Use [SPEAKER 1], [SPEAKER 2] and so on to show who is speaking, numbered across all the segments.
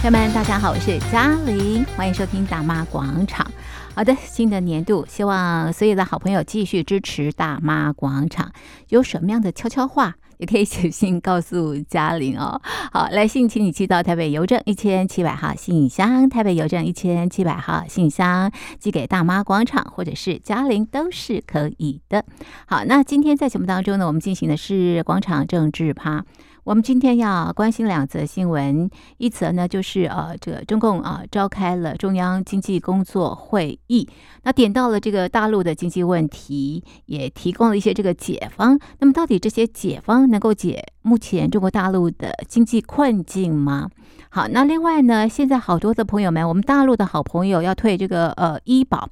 [SPEAKER 1] 朋友们，大家好，我是嘉玲，欢迎收听大妈广场。好的，新的年度，希望所有的好朋友继续支持大妈广场。有什么样的悄悄话，也可以写信告诉嘉玲哦。好，来信，请你寄到台北邮政一千七百号信箱，台北邮政一千七百号信箱，寄给大妈广场或者是嘉玲都是可以的。好，那今天在节目当中呢，我们进行的是广场政治趴。我们今天要关心两则新闻，一则呢就是呃，这个中共啊、召开了中央经济工作会议，那点到了这个大陆的经济问题，也提供了一些这个解方。那么到底这些解方能够解目前中国大陆的经济困境吗？好，那另外呢，现在好多的朋友们，我们大陆的好朋友要退这个呃医保。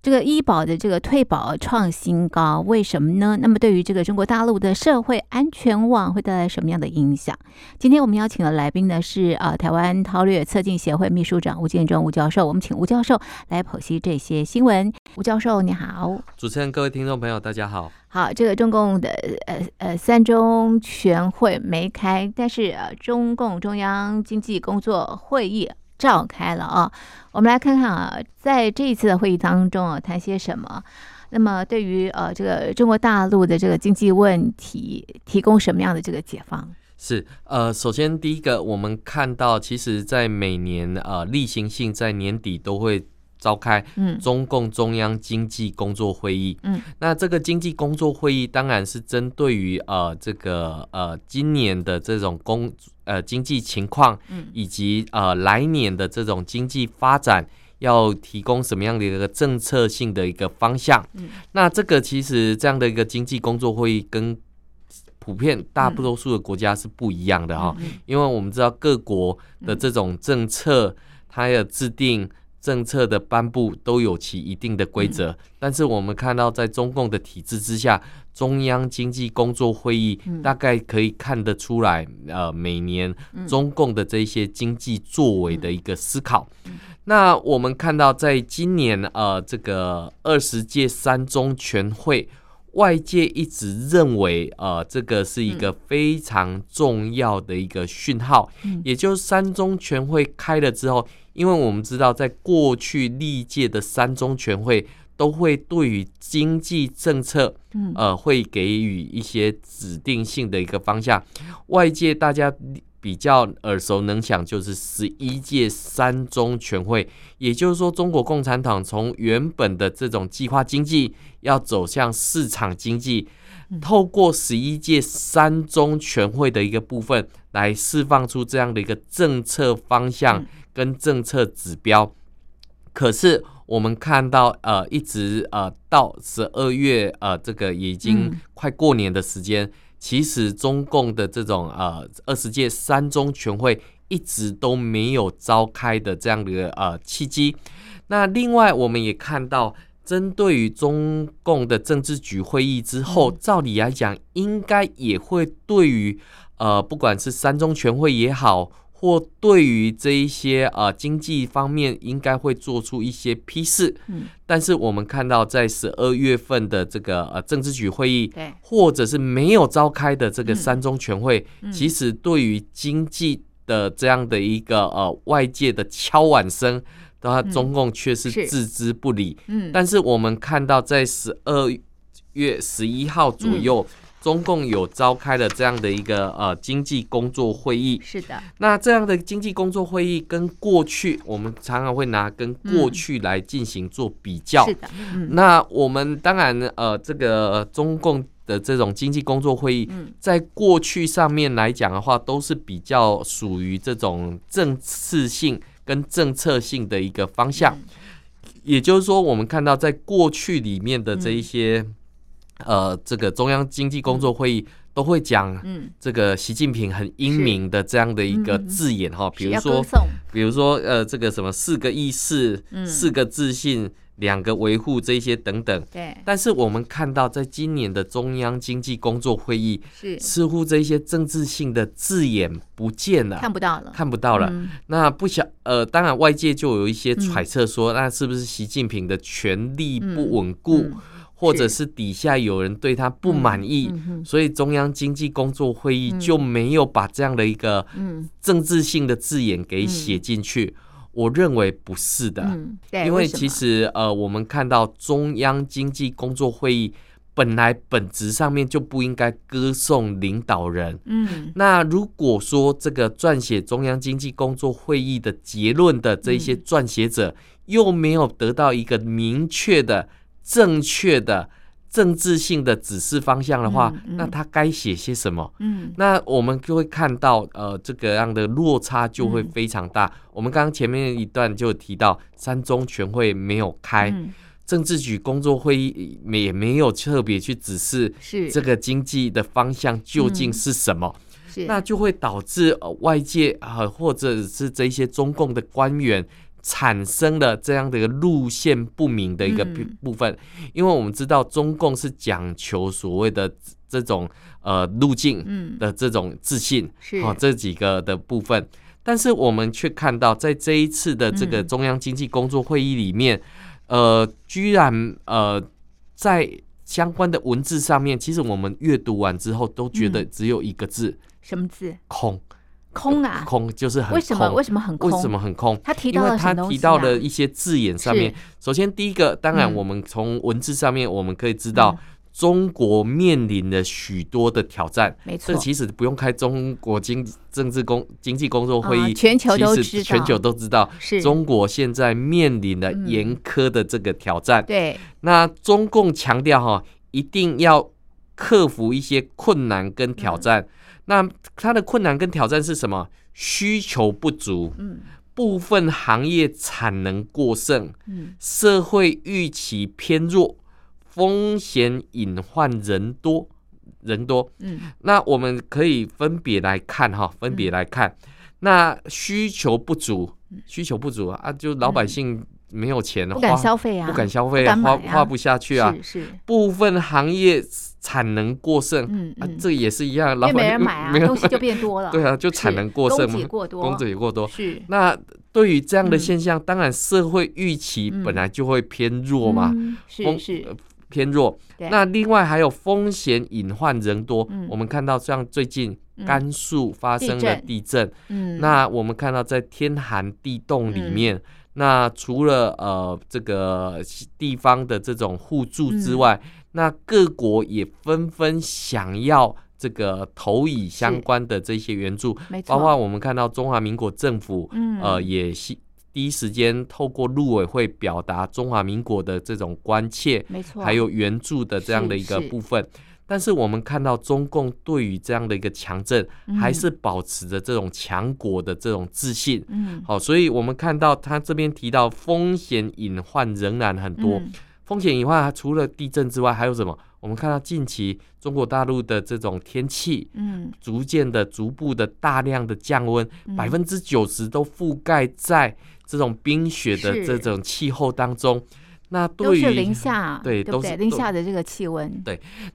[SPEAKER 1] 这个医保的这个退保创新高，为什么呢？那么对于这个中国大陆的社会安全网会带来什么样的影响？今天我们邀请的来宾呢是呃台湾韬略策进协会秘书长吴建中吴教授，我们请吴教授来剖析这些新闻。吴教授你好，
[SPEAKER 2] 主持人、各位听众朋友，大家好。
[SPEAKER 1] 好，这个中共的呃呃三中全会没开，但是呃中共中央经济工作会议召开了啊。我们来看看啊，在这一次的会议当中啊，谈些什么？那么对于呃这个中国大陆的这个经济问题，提供什么样的这个解放？
[SPEAKER 2] 是，呃，首先第一个，我们看到，其实，在每年呃例行性在年底都会召开
[SPEAKER 1] 嗯
[SPEAKER 2] 中共中央经济工作会议。
[SPEAKER 1] 嗯，
[SPEAKER 2] 那这个经济工作会议当然是针对于呃这个呃今年的这种工呃经济情况，
[SPEAKER 1] 嗯
[SPEAKER 2] 以及呃来年的这种经济发展。要提供什么样的一个政策性的一个方向？
[SPEAKER 1] 嗯
[SPEAKER 2] 那这个其实这样的一个经济工作会议跟普遍大多数的国家是不一样的哈、
[SPEAKER 1] 嗯
[SPEAKER 2] 因为我们知道各国的这种政策，它的制定、政策的颁布都有其一定的规
[SPEAKER 1] 嗯
[SPEAKER 2] 则，但是我们看到在中共的体制之下，中央经济工作会议
[SPEAKER 1] 嗯
[SPEAKER 2] 大概可以看得出来，呃，每年
[SPEAKER 1] 嗯
[SPEAKER 2] 中共的这些经济作为的一个思考。
[SPEAKER 1] 嗯
[SPEAKER 2] 那我们看到，在今年呃这个二十届三中全会，外界一直认为呃这个是一个非常重要的一个讯号，
[SPEAKER 1] 嗯
[SPEAKER 2] 也就是三中全会开了之后，因为我们知道，在过去历届的三中全会都会对于经济政策
[SPEAKER 1] 嗯
[SPEAKER 2] 呃，会给予一些指定性的一个方向。外界大家比较耳熟能详，就是十一届三中全会，也就是说，中国共产党从原本的这种计划经济，要走向市场经济，
[SPEAKER 1] 嗯
[SPEAKER 2] 透过十一届三中全会的一个部分，来释放出这样的一个政策方向
[SPEAKER 1] 嗯
[SPEAKER 2] 跟政策指标。可是我们看到，呃，一直呃到十二月，呃，这个已经
[SPEAKER 1] 嗯
[SPEAKER 2] 快过年的时间，其实中共的这种呃二十届三中全会一直都没有召开的这样的一个呃契机。那另外，我们也看到。针对于中共的政治局会议之后，照理来讲，应该也会对于呃，不管是三中全会也好，或对于这一些呃经济方面，应该会做出一些批示。
[SPEAKER 1] 嗯，
[SPEAKER 2] 但是我们看到，在十二月份的这个呃政治局会议，
[SPEAKER 1] 对，
[SPEAKER 2] 或者是没有召开的这个
[SPEAKER 1] 嗯
[SPEAKER 2] 三中全会，
[SPEAKER 1] 嗯
[SPEAKER 2] 其实对于经济的这样的一个呃外界的敲碗声，它
[SPEAKER 1] 嗯
[SPEAKER 2] 中共却是
[SPEAKER 1] 是
[SPEAKER 2] 置之不理。
[SPEAKER 1] 嗯
[SPEAKER 2] 但是我们看到，在十二月十一号左右，
[SPEAKER 1] 嗯
[SPEAKER 2] 中共有召开了这样的一个呃经济工作会议。
[SPEAKER 1] 是的，
[SPEAKER 2] 那这样的经济工作会议跟过去，我们常常会拿跟
[SPEAKER 1] 嗯
[SPEAKER 2] 过去来进行做比较。
[SPEAKER 1] 是的，嗯
[SPEAKER 2] 那我们当然呃，这个中共的这种经济工作会议，
[SPEAKER 1] 嗯
[SPEAKER 2] 在过去上面来讲的话，都是比较属于这种政次性跟政策性的一个方向。
[SPEAKER 1] 嗯
[SPEAKER 2] 也就是说，我们看到在过去里面的这一些、
[SPEAKER 1] 嗯
[SPEAKER 2] 呃，这个中央经济工作会议都会讲
[SPEAKER 1] 嗯，
[SPEAKER 2] 这个习近平很英明的这样的一个
[SPEAKER 1] 嗯嗯嗯
[SPEAKER 2] 字眼哈，比
[SPEAKER 1] 是
[SPEAKER 2] 如
[SPEAKER 1] 要
[SPEAKER 2] 说
[SPEAKER 1] 歌颂，
[SPEAKER 2] 比如说呃，这个什么四个意识、
[SPEAKER 1] 嗯
[SPEAKER 2] 四个自信、两个维护这一些等等。
[SPEAKER 1] 对，
[SPEAKER 2] 但是我们看到，在今年的中央经济工作会议，
[SPEAKER 1] 是
[SPEAKER 2] 似乎这些政治性的字眼不见了，
[SPEAKER 1] 看不到了，
[SPEAKER 2] 看不到了。
[SPEAKER 1] 嗯
[SPEAKER 2] 那不晓呃，当然外界就有一些揣测说，那是不是习近平的权力不稳固，
[SPEAKER 1] 嗯嗯
[SPEAKER 2] 或者是底下有人对他不满意，
[SPEAKER 1] 嗯哼
[SPEAKER 2] 所以中央经济工作会议
[SPEAKER 1] 嗯
[SPEAKER 2] 就没有把这样的一个
[SPEAKER 1] 嗯
[SPEAKER 2] 政治性的字眼给写进去。我认为不是的，
[SPEAKER 1] 嗯，对，
[SPEAKER 2] 因为
[SPEAKER 1] 什
[SPEAKER 2] 其
[SPEAKER 1] 么
[SPEAKER 2] 实呃，我们看到中央经济工作会议本来本质上面就不应该歌颂领导人。
[SPEAKER 1] 嗯
[SPEAKER 2] 那如果说这个撰写中央经济工作会议的结论的这一些
[SPEAKER 1] 嗯
[SPEAKER 2] 撰写者，又没有得到一个明确的、正确的政治性的指示方向的话，
[SPEAKER 1] 嗯嗯
[SPEAKER 2] 那他该写些什么？
[SPEAKER 1] 嗯
[SPEAKER 2] 那我们就会看到，呃，这个样的落差就会
[SPEAKER 1] 嗯
[SPEAKER 2] 非常大。我们刚刚前面一段就有提到，三中全会没有开，
[SPEAKER 1] 嗯
[SPEAKER 2] 政治局工作会议也没有特别去指示
[SPEAKER 1] 是
[SPEAKER 2] 这个经济的方向究竟是什么，
[SPEAKER 1] 嗯是
[SPEAKER 2] 那就会导致、呃、外界啊、呃或者是这些中共的官员。产生了这样的一个路线不明的一个
[SPEAKER 1] 嗯
[SPEAKER 2] 部部分，因为我们知道中共是讲求所谓的这种呃路径，
[SPEAKER 1] 嗯
[SPEAKER 2] 的这种自信，
[SPEAKER 1] 是
[SPEAKER 2] 哦这几个的部分。但是我们却看到，在这一次的这个
[SPEAKER 1] 嗯
[SPEAKER 2] 中央经济工作会议里面，呃，居然呃在相关的文字上面，其实我们阅读完之后都觉得
[SPEAKER 1] 嗯
[SPEAKER 2] 只有一个字、
[SPEAKER 1] 什么字？
[SPEAKER 2] 空，
[SPEAKER 1] 空啊？
[SPEAKER 2] 空就是很空，
[SPEAKER 1] 为什么？为什么很空？
[SPEAKER 2] 为什么很空？
[SPEAKER 1] 他提
[SPEAKER 2] 因
[SPEAKER 1] 到
[SPEAKER 2] 为
[SPEAKER 1] 了
[SPEAKER 2] 他
[SPEAKER 1] 什么东
[SPEAKER 2] 提
[SPEAKER 1] 西
[SPEAKER 2] 到
[SPEAKER 1] 啊
[SPEAKER 2] 了一些字眼上面
[SPEAKER 1] 是，
[SPEAKER 2] 首先第一个，当然
[SPEAKER 1] 嗯
[SPEAKER 2] 我们从文字上面我们可以知道
[SPEAKER 1] 嗯，
[SPEAKER 2] 中国面临了许多的挑战，
[SPEAKER 1] 没错
[SPEAKER 2] 这其实不用开中国经政治工经济工作会
[SPEAKER 1] 啊
[SPEAKER 2] 议，
[SPEAKER 1] 全球都
[SPEAKER 2] 其
[SPEAKER 1] 知
[SPEAKER 2] 实
[SPEAKER 1] 道
[SPEAKER 2] 全球都知道，
[SPEAKER 1] 是
[SPEAKER 2] 中国现在面临了
[SPEAKER 1] 嗯
[SPEAKER 2] 严苛的这个挑战。
[SPEAKER 1] 对
[SPEAKER 2] 那中共强调哈，一定要克服一些困难跟挑战。
[SPEAKER 1] 嗯
[SPEAKER 2] 那它的困难跟挑战是什么？需求不足，
[SPEAKER 1] 嗯
[SPEAKER 2] 部分行业产能过剩，
[SPEAKER 1] 嗯
[SPEAKER 2] 社会预期偏弱，风险隐患人多，人多。
[SPEAKER 1] 嗯
[SPEAKER 2] 那我们可以分别来看哈，分别来看。
[SPEAKER 1] 嗯
[SPEAKER 2] 那需求不足，需求不足啊，就老百姓没有钱，
[SPEAKER 1] 不敢
[SPEAKER 2] 花
[SPEAKER 1] 消费啊，
[SPEAKER 2] 不敢消
[SPEAKER 1] 不
[SPEAKER 2] 费，
[SPEAKER 1] 敢
[SPEAKER 2] 花
[SPEAKER 1] 买啊
[SPEAKER 2] 花不下去啊。
[SPEAKER 1] 是是
[SPEAKER 2] 部分行业产能过剩，
[SPEAKER 1] 嗯
[SPEAKER 2] 啊
[SPEAKER 1] 嗯，
[SPEAKER 2] 这也是一样，
[SPEAKER 1] 因
[SPEAKER 2] 老
[SPEAKER 1] 为
[SPEAKER 2] 板
[SPEAKER 1] 没人买啊，
[SPEAKER 2] 没人
[SPEAKER 1] 东西就变多了。
[SPEAKER 2] 对啊，就产
[SPEAKER 1] 是
[SPEAKER 2] 能过剩
[SPEAKER 1] 供给
[SPEAKER 2] 嘛，
[SPEAKER 1] 过多，
[SPEAKER 2] 工作也过多。
[SPEAKER 1] 是
[SPEAKER 2] 那对于这样的
[SPEAKER 1] 嗯
[SPEAKER 2] 现象，当然社会预期
[SPEAKER 1] 嗯
[SPEAKER 2] 本来就会偏弱嘛，
[SPEAKER 1] 嗯是
[SPEAKER 2] 风
[SPEAKER 1] 是
[SPEAKER 2] 呃偏弱。
[SPEAKER 1] 对
[SPEAKER 2] 那另外还有风险隐患人多
[SPEAKER 1] 嗯，
[SPEAKER 2] 我们看到像最近
[SPEAKER 1] 嗯
[SPEAKER 2] 甘肃发生了地震，
[SPEAKER 1] 嗯
[SPEAKER 2] 那我们看到在天寒地冻里面，那除了呃这个地方的这种互助之外，
[SPEAKER 1] 嗯
[SPEAKER 2] 那各国也纷纷想要这个投以相关的这些援助，
[SPEAKER 1] 没
[SPEAKER 2] 包括
[SPEAKER 1] 错，
[SPEAKER 2] 我们看到中华民国政府，
[SPEAKER 1] 嗯
[SPEAKER 2] 呃，也是第一时间透过陆委会表达中华民国的这种关切，
[SPEAKER 1] 没错，
[SPEAKER 2] 还有援助的这样的一个
[SPEAKER 1] 啊是是
[SPEAKER 2] 部分。但是我们看到中共对于这样的一个强政，
[SPEAKER 1] 嗯
[SPEAKER 2] 还是保持着这种强国的这种自信。
[SPEAKER 1] 嗯
[SPEAKER 2] 好，所以我们看到他这边提到风险隐患仍然很多。
[SPEAKER 1] 嗯
[SPEAKER 2] 风险隐患除了地震之外，还有什么？我们看到近期中国大陆的这种天气，
[SPEAKER 1] 嗯
[SPEAKER 2] 逐渐的、逐步的大量的降温
[SPEAKER 1] 嗯，
[SPEAKER 2] 百分之九十都覆盖在这种冰雪的
[SPEAKER 1] 是
[SPEAKER 2] 这种气候当中。那
[SPEAKER 1] 都
[SPEAKER 2] 对
[SPEAKER 1] 是零
[SPEAKER 2] 于
[SPEAKER 1] 下，
[SPEAKER 2] 对
[SPEAKER 1] 对
[SPEAKER 2] 都
[SPEAKER 1] 不对？
[SPEAKER 2] 是
[SPEAKER 1] 零
[SPEAKER 2] 都
[SPEAKER 1] 下的这个气温，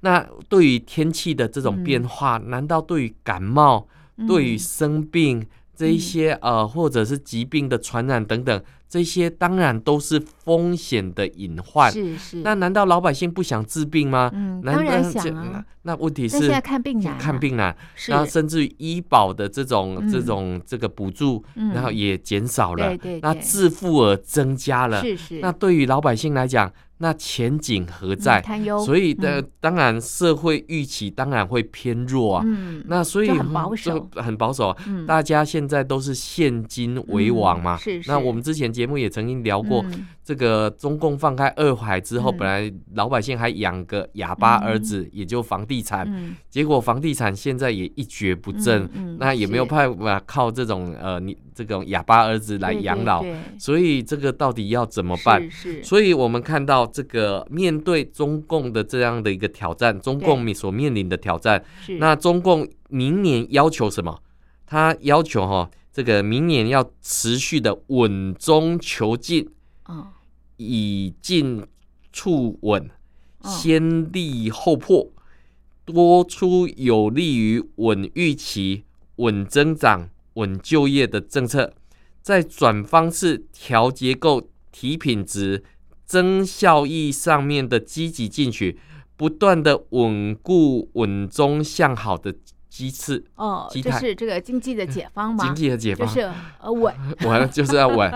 [SPEAKER 2] 那对于天气的这
[SPEAKER 1] 嗯
[SPEAKER 2] 种变化，难道对于感冒、
[SPEAKER 1] 嗯
[SPEAKER 2] 对于生病这一些呃，或者是疾病的传染等等，这些当然都是风险的隐患。
[SPEAKER 1] 是是
[SPEAKER 2] 那难道老百姓不想治病吗？
[SPEAKER 1] 嗯，
[SPEAKER 2] 难
[SPEAKER 1] 当然
[SPEAKER 2] 道
[SPEAKER 1] 想
[SPEAKER 2] 这
[SPEAKER 1] 啊，
[SPEAKER 2] 那问题
[SPEAKER 1] 但现
[SPEAKER 2] 是
[SPEAKER 1] 在看病难啊，
[SPEAKER 2] 看病难，
[SPEAKER 1] 是
[SPEAKER 2] 那甚至于医保的这种、这
[SPEAKER 1] 嗯
[SPEAKER 2] 种这个补助，
[SPEAKER 1] 嗯
[SPEAKER 2] 然后也减少了，
[SPEAKER 1] 对对
[SPEAKER 2] 那
[SPEAKER 1] 对
[SPEAKER 2] 自付额增加了。
[SPEAKER 1] 是是
[SPEAKER 2] 那对于老百姓来讲，那前景何在？
[SPEAKER 1] 嗯堪忧，
[SPEAKER 2] 所
[SPEAKER 1] 以
[SPEAKER 2] 以的、当然社会预期当然会偏弱啊。
[SPEAKER 1] 嗯
[SPEAKER 2] 那所以
[SPEAKER 1] 就很保守
[SPEAKER 2] 就很保守啊。
[SPEAKER 1] 嗯
[SPEAKER 2] 大家现在都是现金为王嘛。
[SPEAKER 1] 嗯是是
[SPEAKER 2] 那我们之前节目也曾经聊过，
[SPEAKER 1] 嗯
[SPEAKER 2] 这个中共放开二孩之后，
[SPEAKER 1] 嗯
[SPEAKER 2] 本来老百姓还养个哑巴儿子，也就房地产，
[SPEAKER 1] 嗯
[SPEAKER 2] 结果房地产现在也一蹶不振。
[SPEAKER 1] 嗯嗯
[SPEAKER 2] 那也没有
[SPEAKER 1] 是
[SPEAKER 2] 办法靠这种呃，你这种哑巴儿子来
[SPEAKER 1] 对
[SPEAKER 2] 养
[SPEAKER 1] 对
[SPEAKER 2] 老，
[SPEAKER 1] 对
[SPEAKER 2] 所以这个到底要怎么办？
[SPEAKER 1] 是是
[SPEAKER 2] 所以我们看到这个面对中共的这样的一个挑战，中共所面临的挑战，
[SPEAKER 1] 是
[SPEAKER 2] 那中共明年要求什么？他要求哈、这个明年要持续的稳中求进，
[SPEAKER 1] 哦
[SPEAKER 2] 以进促稳，
[SPEAKER 1] 哦
[SPEAKER 2] 先立后破，多出有利于稳预期、稳增长、稳就业的政策，在转方式、调结构、提品质、增效益上面的积极进取，不断的稳固稳中向好的基次
[SPEAKER 1] 哦，
[SPEAKER 2] 基
[SPEAKER 1] 这
[SPEAKER 2] 态
[SPEAKER 1] 是这个经济的解方吗？
[SPEAKER 2] 嗯经济和解
[SPEAKER 1] 就
[SPEAKER 2] 放，
[SPEAKER 1] 是呃稳，
[SPEAKER 2] 我就是要 稳。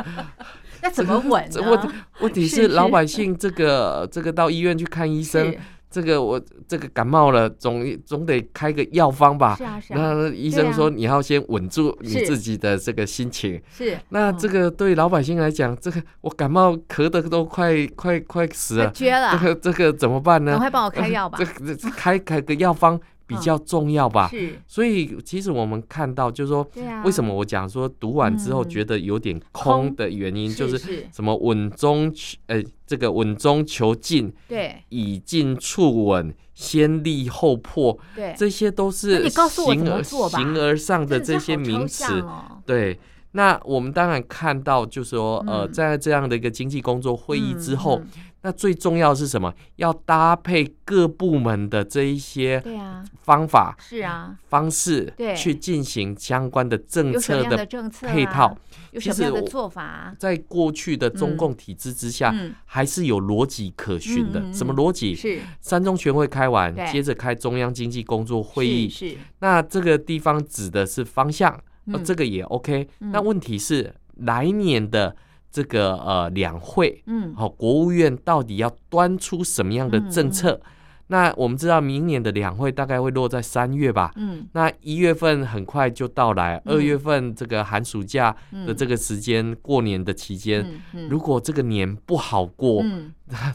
[SPEAKER 1] 那怎么 稳
[SPEAKER 2] 这问题
[SPEAKER 1] 呢？
[SPEAKER 2] 问题
[SPEAKER 1] 是
[SPEAKER 2] 是老
[SPEAKER 1] 是
[SPEAKER 2] 百姓这个这个到医院去看医生
[SPEAKER 1] 是，
[SPEAKER 2] 这个我这个感冒了总总得开个药方吧
[SPEAKER 1] 是。啊是啊
[SPEAKER 2] 那医
[SPEAKER 1] 对
[SPEAKER 2] 生
[SPEAKER 1] 啊
[SPEAKER 2] 说你要先稳住你
[SPEAKER 1] 是
[SPEAKER 2] 自己的这个心情。
[SPEAKER 1] 是，
[SPEAKER 2] 那
[SPEAKER 1] 嗯
[SPEAKER 2] 这个对老百姓来讲，这个我感冒咳的都快快快死
[SPEAKER 1] 那
[SPEAKER 2] 了，
[SPEAKER 1] 绝了
[SPEAKER 2] 这，个这个怎么办
[SPEAKER 1] 赶
[SPEAKER 2] 呢？
[SPEAKER 1] 快帮我开药吧 嗯
[SPEAKER 2] 这。个这开开个药方比较重要吧。
[SPEAKER 1] 是，
[SPEAKER 2] 所以其实我们看到，就是说
[SPEAKER 1] 对啊。
[SPEAKER 2] 为什么我讲说读完之后
[SPEAKER 1] 嗯
[SPEAKER 2] 觉得有点
[SPEAKER 1] 空
[SPEAKER 2] 空的原因，
[SPEAKER 1] 是？
[SPEAKER 2] 就是是什么稳中求，呃，这个稳中求进，
[SPEAKER 1] 对
[SPEAKER 2] 以进促稳，先立后破，
[SPEAKER 1] 对，
[SPEAKER 2] 这些都
[SPEAKER 1] 那
[SPEAKER 2] 是
[SPEAKER 1] 你告诉我怎
[SPEAKER 2] 形
[SPEAKER 1] 么
[SPEAKER 2] 而
[SPEAKER 1] 做吧
[SPEAKER 2] 形而上的
[SPEAKER 1] 真
[SPEAKER 2] 这
[SPEAKER 1] 的是
[SPEAKER 2] 些
[SPEAKER 1] 好抽
[SPEAKER 2] 名词
[SPEAKER 1] 象。哦。
[SPEAKER 2] 对，那我们当然看到，就说呃，
[SPEAKER 1] 嗯
[SPEAKER 2] 在这样的一个经济工作会议之
[SPEAKER 1] 嗯
[SPEAKER 2] 后，
[SPEAKER 1] 嗯
[SPEAKER 2] 那最重要的是什么？要搭配各部门的这一些
[SPEAKER 1] 对啊，
[SPEAKER 2] 方法、
[SPEAKER 1] 是啊，
[SPEAKER 2] 方式
[SPEAKER 1] 对，
[SPEAKER 2] 去进行相关的政
[SPEAKER 1] 有什
[SPEAKER 2] 策
[SPEAKER 1] 么样
[SPEAKER 2] 的
[SPEAKER 1] 的政策
[SPEAKER 2] 配
[SPEAKER 1] 啊
[SPEAKER 2] 套。
[SPEAKER 1] 有
[SPEAKER 2] 其
[SPEAKER 1] 什么样
[SPEAKER 2] 实
[SPEAKER 1] 的
[SPEAKER 2] 我
[SPEAKER 1] 做法啊？
[SPEAKER 2] 在过去的中共体制之下，
[SPEAKER 1] 嗯，
[SPEAKER 2] 还是有逻辑可循的。
[SPEAKER 1] 嗯嗯嗯
[SPEAKER 2] 什么逻辑？
[SPEAKER 1] 是
[SPEAKER 2] 三中全会开完
[SPEAKER 1] 对，
[SPEAKER 2] 接着开中央经济工作会议，
[SPEAKER 1] 是，是
[SPEAKER 2] 那这个地方指的是方向，呃
[SPEAKER 1] 嗯
[SPEAKER 2] 这个也 OK、
[SPEAKER 1] 嗯
[SPEAKER 2] 那问题是来年的这个呃两会，
[SPEAKER 1] 嗯
[SPEAKER 2] 好、国务院到底要端出什么样的政策？
[SPEAKER 1] 嗯
[SPEAKER 2] 那我们知道明年的两会大概会落在三月吧。
[SPEAKER 1] 嗯
[SPEAKER 2] 那一月份很快就到来，
[SPEAKER 1] 嗯
[SPEAKER 2] 二月份这个寒暑假
[SPEAKER 1] 嗯
[SPEAKER 2] 的这个时间，过年的期间，
[SPEAKER 1] 嗯嗯
[SPEAKER 2] 如果这个年不好过，
[SPEAKER 1] 嗯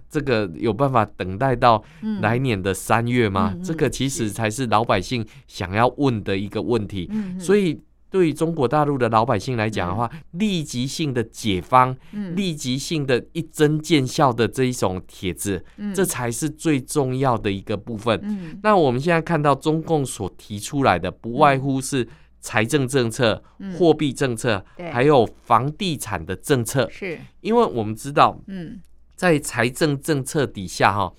[SPEAKER 2] 这个有办法等待到
[SPEAKER 1] 嗯
[SPEAKER 2] 来年的三月吗？
[SPEAKER 1] 嗯嗯
[SPEAKER 2] 这个其实
[SPEAKER 1] 是
[SPEAKER 2] 才是老百姓想要问的一个问题。
[SPEAKER 1] 嗯
[SPEAKER 2] 所
[SPEAKER 1] 以
[SPEAKER 2] 以对于中国大陆的老百姓来讲的话，立即性的解方、
[SPEAKER 1] 嗯
[SPEAKER 2] 立即性的一针见效的这一种帖子，这才是最重要的一个部分。
[SPEAKER 1] 嗯
[SPEAKER 2] 那我们现在看到中共所提出来的，不外乎是财政政策、
[SPEAKER 1] 嗯
[SPEAKER 2] 货币政策，
[SPEAKER 1] 对
[SPEAKER 2] 还有房地产的政策。
[SPEAKER 1] 是
[SPEAKER 2] 因为我们知道，
[SPEAKER 1] 嗯
[SPEAKER 2] 在财政政策底下哈，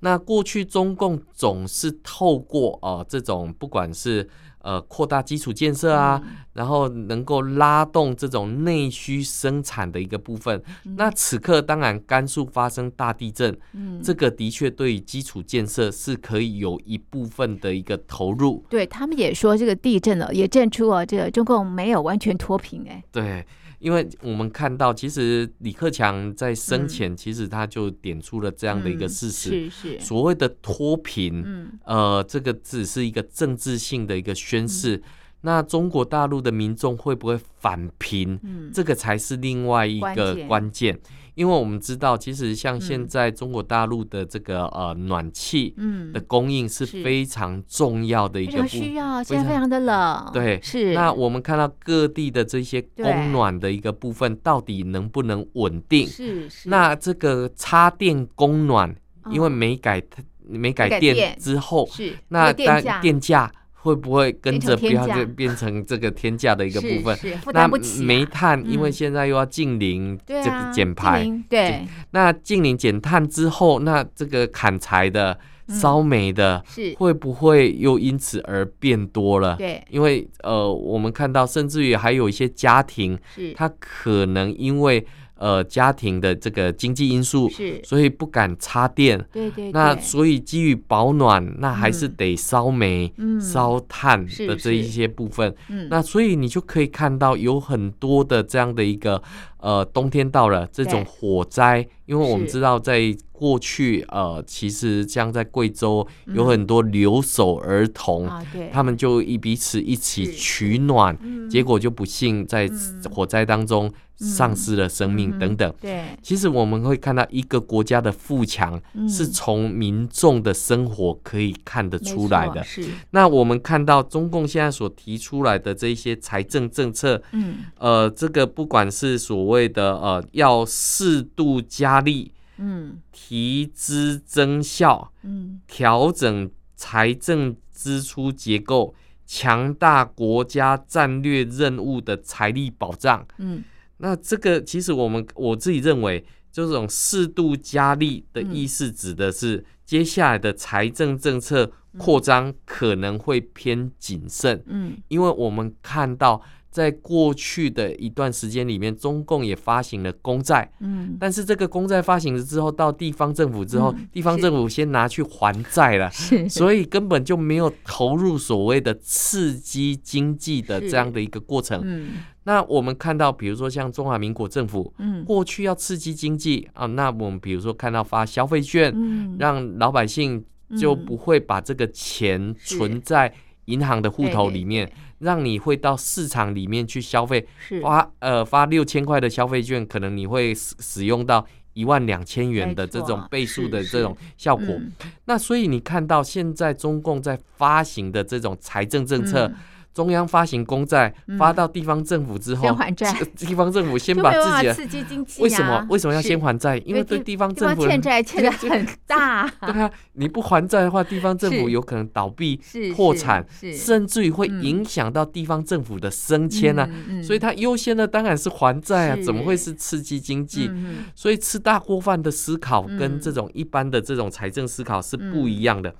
[SPEAKER 2] 那过去中共总是透过呃这种不管是呃扩大基础建设啊，
[SPEAKER 1] 嗯
[SPEAKER 2] 然后能够拉动这种内需生产的一个部分。那此刻当然甘肃发生大地震，
[SPEAKER 1] 嗯
[SPEAKER 2] 这个的确对于基础建设是可以有一部分的一个投入。
[SPEAKER 1] 对他们也说这个地震哦，也震出哦，这个中共没有完全脱贫哎，
[SPEAKER 2] 对，因为我们看到，其实李克强在生前，其实他就点出了这样的一个
[SPEAKER 1] 嗯
[SPEAKER 2] 事
[SPEAKER 1] 是
[SPEAKER 2] 实。
[SPEAKER 1] 是，
[SPEAKER 2] 所谓的脱贫，
[SPEAKER 1] 嗯
[SPEAKER 2] 呃，这个只是一个政治性的一个宣示。那中国大陆的民众会不会反贫？
[SPEAKER 1] 嗯
[SPEAKER 2] 这个才是另外一
[SPEAKER 1] 关
[SPEAKER 2] 个
[SPEAKER 1] 键
[SPEAKER 2] 关键，因为我们知道，其实像
[SPEAKER 1] 嗯
[SPEAKER 2] 现在中国大陆的这个、呃暖气
[SPEAKER 1] 嗯
[SPEAKER 2] 的，供应是
[SPEAKER 1] 是
[SPEAKER 2] 非常重要的一
[SPEAKER 1] 非
[SPEAKER 2] 个
[SPEAKER 1] 常
[SPEAKER 2] 部
[SPEAKER 1] 需
[SPEAKER 2] 分。
[SPEAKER 1] 要，
[SPEAKER 2] 非
[SPEAKER 1] 现在非
[SPEAKER 2] 常
[SPEAKER 1] 常的冷，
[SPEAKER 2] 对
[SPEAKER 1] 是
[SPEAKER 2] 那我们看到各地的这些
[SPEAKER 1] 对
[SPEAKER 2] 供暖的一个部分，到底能不能稳定？
[SPEAKER 1] 是是
[SPEAKER 2] 那这个插电供暖，因为
[SPEAKER 1] 嗯
[SPEAKER 2] 没改没
[SPEAKER 1] 改
[SPEAKER 2] 改
[SPEAKER 1] 电
[SPEAKER 2] 电之后，
[SPEAKER 1] 是
[SPEAKER 2] 那
[SPEAKER 1] 这个
[SPEAKER 2] 单
[SPEAKER 1] 电价
[SPEAKER 2] 电价会不会跟着
[SPEAKER 1] 变成天
[SPEAKER 2] 标
[SPEAKER 1] 价
[SPEAKER 2] 就变成这个天价的一个
[SPEAKER 1] 是
[SPEAKER 2] 部分？
[SPEAKER 1] 是 负
[SPEAKER 2] 那
[SPEAKER 1] 担不起啊，
[SPEAKER 2] 煤炭因为
[SPEAKER 1] 嗯
[SPEAKER 2] 现在又要禁零，
[SPEAKER 1] 对
[SPEAKER 2] 这
[SPEAKER 1] 啊
[SPEAKER 2] 个减排。
[SPEAKER 1] 近邻对
[SPEAKER 2] 那禁零减碳之后，那这个砍柴的、
[SPEAKER 1] 嗯
[SPEAKER 2] 烧煤的，
[SPEAKER 1] 是，
[SPEAKER 2] 会不会又因此而变多了？
[SPEAKER 1] 对
[SPEAKER 2] 因为呃，我们看到，甚至于还有一些家庭，
[SPEAKER 1] 是
[SPEAKER 2] 他可能因为呃家庭的这个经济因素，
[SPEAKER 1] 是，
[SPEAKER 2] 所以不敢插电，
[SPEAKER 1] 对对
[SPEAKER 2] 那
[SPEAKER 1] 对
[SPEAKER 2] 所以基于保暖，那还是
[SPEAKER 1] 嗯
[SPEAKER 2] 得烧煤、
[SPEAKER 1] 嗯
[SPEAKER 2] 烧炭
[SPEAKER 1] 是
[SPEAKER 2] 的这一
[SPEAKER 1] 是
[SPEAKER 2] 些部分。
[SPEAKER 1] 嗯
[SPEAKER 2] 那所以你就可以看到有很多的这样的一个呃，冬天到了这
[SPEAKER 1] 对
[SPEAKER 2] 种火灾，因为我们
[SPEAKER 1] 是
[SPEAKER 2] 知道在过去呃，其实像在贵州有
[SPEAKER 1] 嗯
[SPEAKER 2] 很多留守儿童，
[SPEAKER 1] 啊对，
[SPEAKER 2] 他们就一彼此一起
[SPEAKER 1] 是
[SPEAKER 2] 取暖，
[SPEAKER 1] 嗯
[SPEAKER 2] 结果就不幸在
[SPEAKER 1] 嗯
[SPEAKER 2] 火灾当中丧失了生命等等。
[SPEAKER 1] 对
[SPEAKER 2] 其实我们会看到一个国家的富强
[SPEAKER 1] 嗯
[SPEAKER 2] 是从民众的生活可以看得
[SPEAKER 1] 没
[SPEAKER 2] 出来
[SPEAKER 1] 错
[SPEAKER 2] 的。
[SPEAKER 1] 是
[SPEAKER 2] 那我们看到中共现在所提出来的这一些财政政策，
[SPEAKER 1] 嗯
[SPEAKER 2] 呃，这个不管是所谓的呃要适度加力、
[SPEAKER 1] 嗯
[SPEAKER 2] 提支增效、
[SPEAKER 1] 嗯
[SPEAKER 2] 调整财政支出结构、强大国家战略任务的财力保障，
[SPEAKER 1] 嗯
[SPEAKER 2] 那这个其实我们我自己认为，这
[SPEAKER 1] 嗯
[SPEAKER 2] 种适度加力的意思指的是接下来的财政政策扩张可能会偏谨慎，
[SPEAKER 1] 嗯
[SPEAKER 2] 因为我们看到在过去的一段时间里面，中共也发行了公债，
[SPEAKER 1] 嗯，
[SPEAKER 2] 但是这个公债发行了之后，到地方政府之后，
[SPEAKER 1] 嗯
[SPEAKER 2] 地方
[SPEAKER 1] 是
[SPEAKER 2] 政府先拿去还债了。
[SPEAKER 1] 是
[SPEAKER 2] 所以根本就没有投入所谓的刺激经济的这样的一个过程。
[SPEAKER 1] 嗯
[SPEAKER 2] 那我们看到，比如说像中华民国政府
[SPEAKER 1] 嗯
[SPEAKER 2] 过去要刺激经济啊，那我们比如说看到发消费券，
[SPEAKER 1] 嗯，
[SPEAKER 2] 让老百姓就不会把这个钱
[SPEAKER 1] 是
[SPEAKER 2] 存在银行的户头
[SPEAKER 1] 对对
[SPEAKER 2] 里面，让你会到市场里面去消费，
[SPEAKER 1] 是
[SPEAKER 2] 花呃发六千块的消费券，可能你会使使用到一万两千元的
[SPEAKER 1] 没
[SPEAKER 2] 这
[SPEAKER 1] 错
[SPEAKER 2] 种倍数的
[SPEAKER 1] 是
[SPEAKER 2] 这种效果。
[SPEAKER 1] 嗯
[SPEAKER 2] 那所以你看到现在中共在发行的这种财政政策，
[SPEAKER 1] 嗯
[SPEAKER 2] 中央发行公债、
[SPEAKER 1] 嗯
[SPEAKER 2] 发到地方政府之后，
[SPEAKER 1] 先还债
[SPEAKER 2] 这 地方政府先
[SPEAKER 1] 就
[SPEAKER 2] 把
[SPEAKER 1] 没有
[SPEAKER 2] 自己
[SPEAKER 1] 办法
[SPEAKER 2] 的
[SPEAKER 1] 刺激经济啊，
[SPEAKER 2] 为什么为什么要
[SPEAKER 1] 是
[SPEAKER 2] 先还债？因为
[SPEAKER 1] 因为
[SPEAKER 2] 对
[SPEAKER 1] 地
[SPEAKER 2] 地方
[SPEAKER 1] 地
[SPEAKER 2] 政
[SPEAKER 1] 方
[SPEAKER 2] 府
[SPEAKER 1] 欠债欠的很大，
[SPEAKER 2] 对啊，你不还债的话，地方政府
[SPEAKER 1] 是
[SPEAKER 2] 有可能倒闭、
[SPEAKER 1] 是
[SPEAKER 2] 破产，
[SPEAKER 1] 是
[SPEAKER 2] 甚至于会
[SPEAKER 1] 嗯
[SPEAKER 2] 影响到地方政府的升迁啊。
[SPEAKER 1] 嗯嗯
[SPEAKER 2] 所以它优先的当然是还债啊，
[SPEAKER 1] 是
[SPEAKER 2] 怎么会是刺激经济？
[SPEAKER 1] 嗯嗯
[SPEAKER 2] 所以吃大锅饭的思考
[SPEAKER 1] 嗯
[SPEAKER 2] 跟这种一般的这种财政思考是不一样的。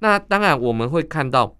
[SPEAKER 2] 那当然我们会看到